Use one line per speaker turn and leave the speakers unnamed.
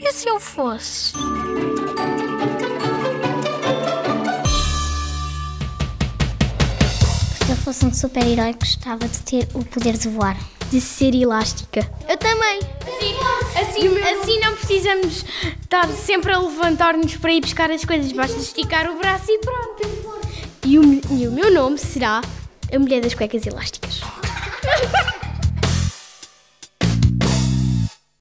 E se eu fosse?
Se eu fosse um super-herói, gostava de ter o poder de voar.
De ser elástica.
Eu também. Assim, assim não precisamos estar sempre a levantar-nos para ir buscar as coisas. Basta esticar o braço e pronto.
E o, e o meu nome será a Mulher das Cuecas Elásticas.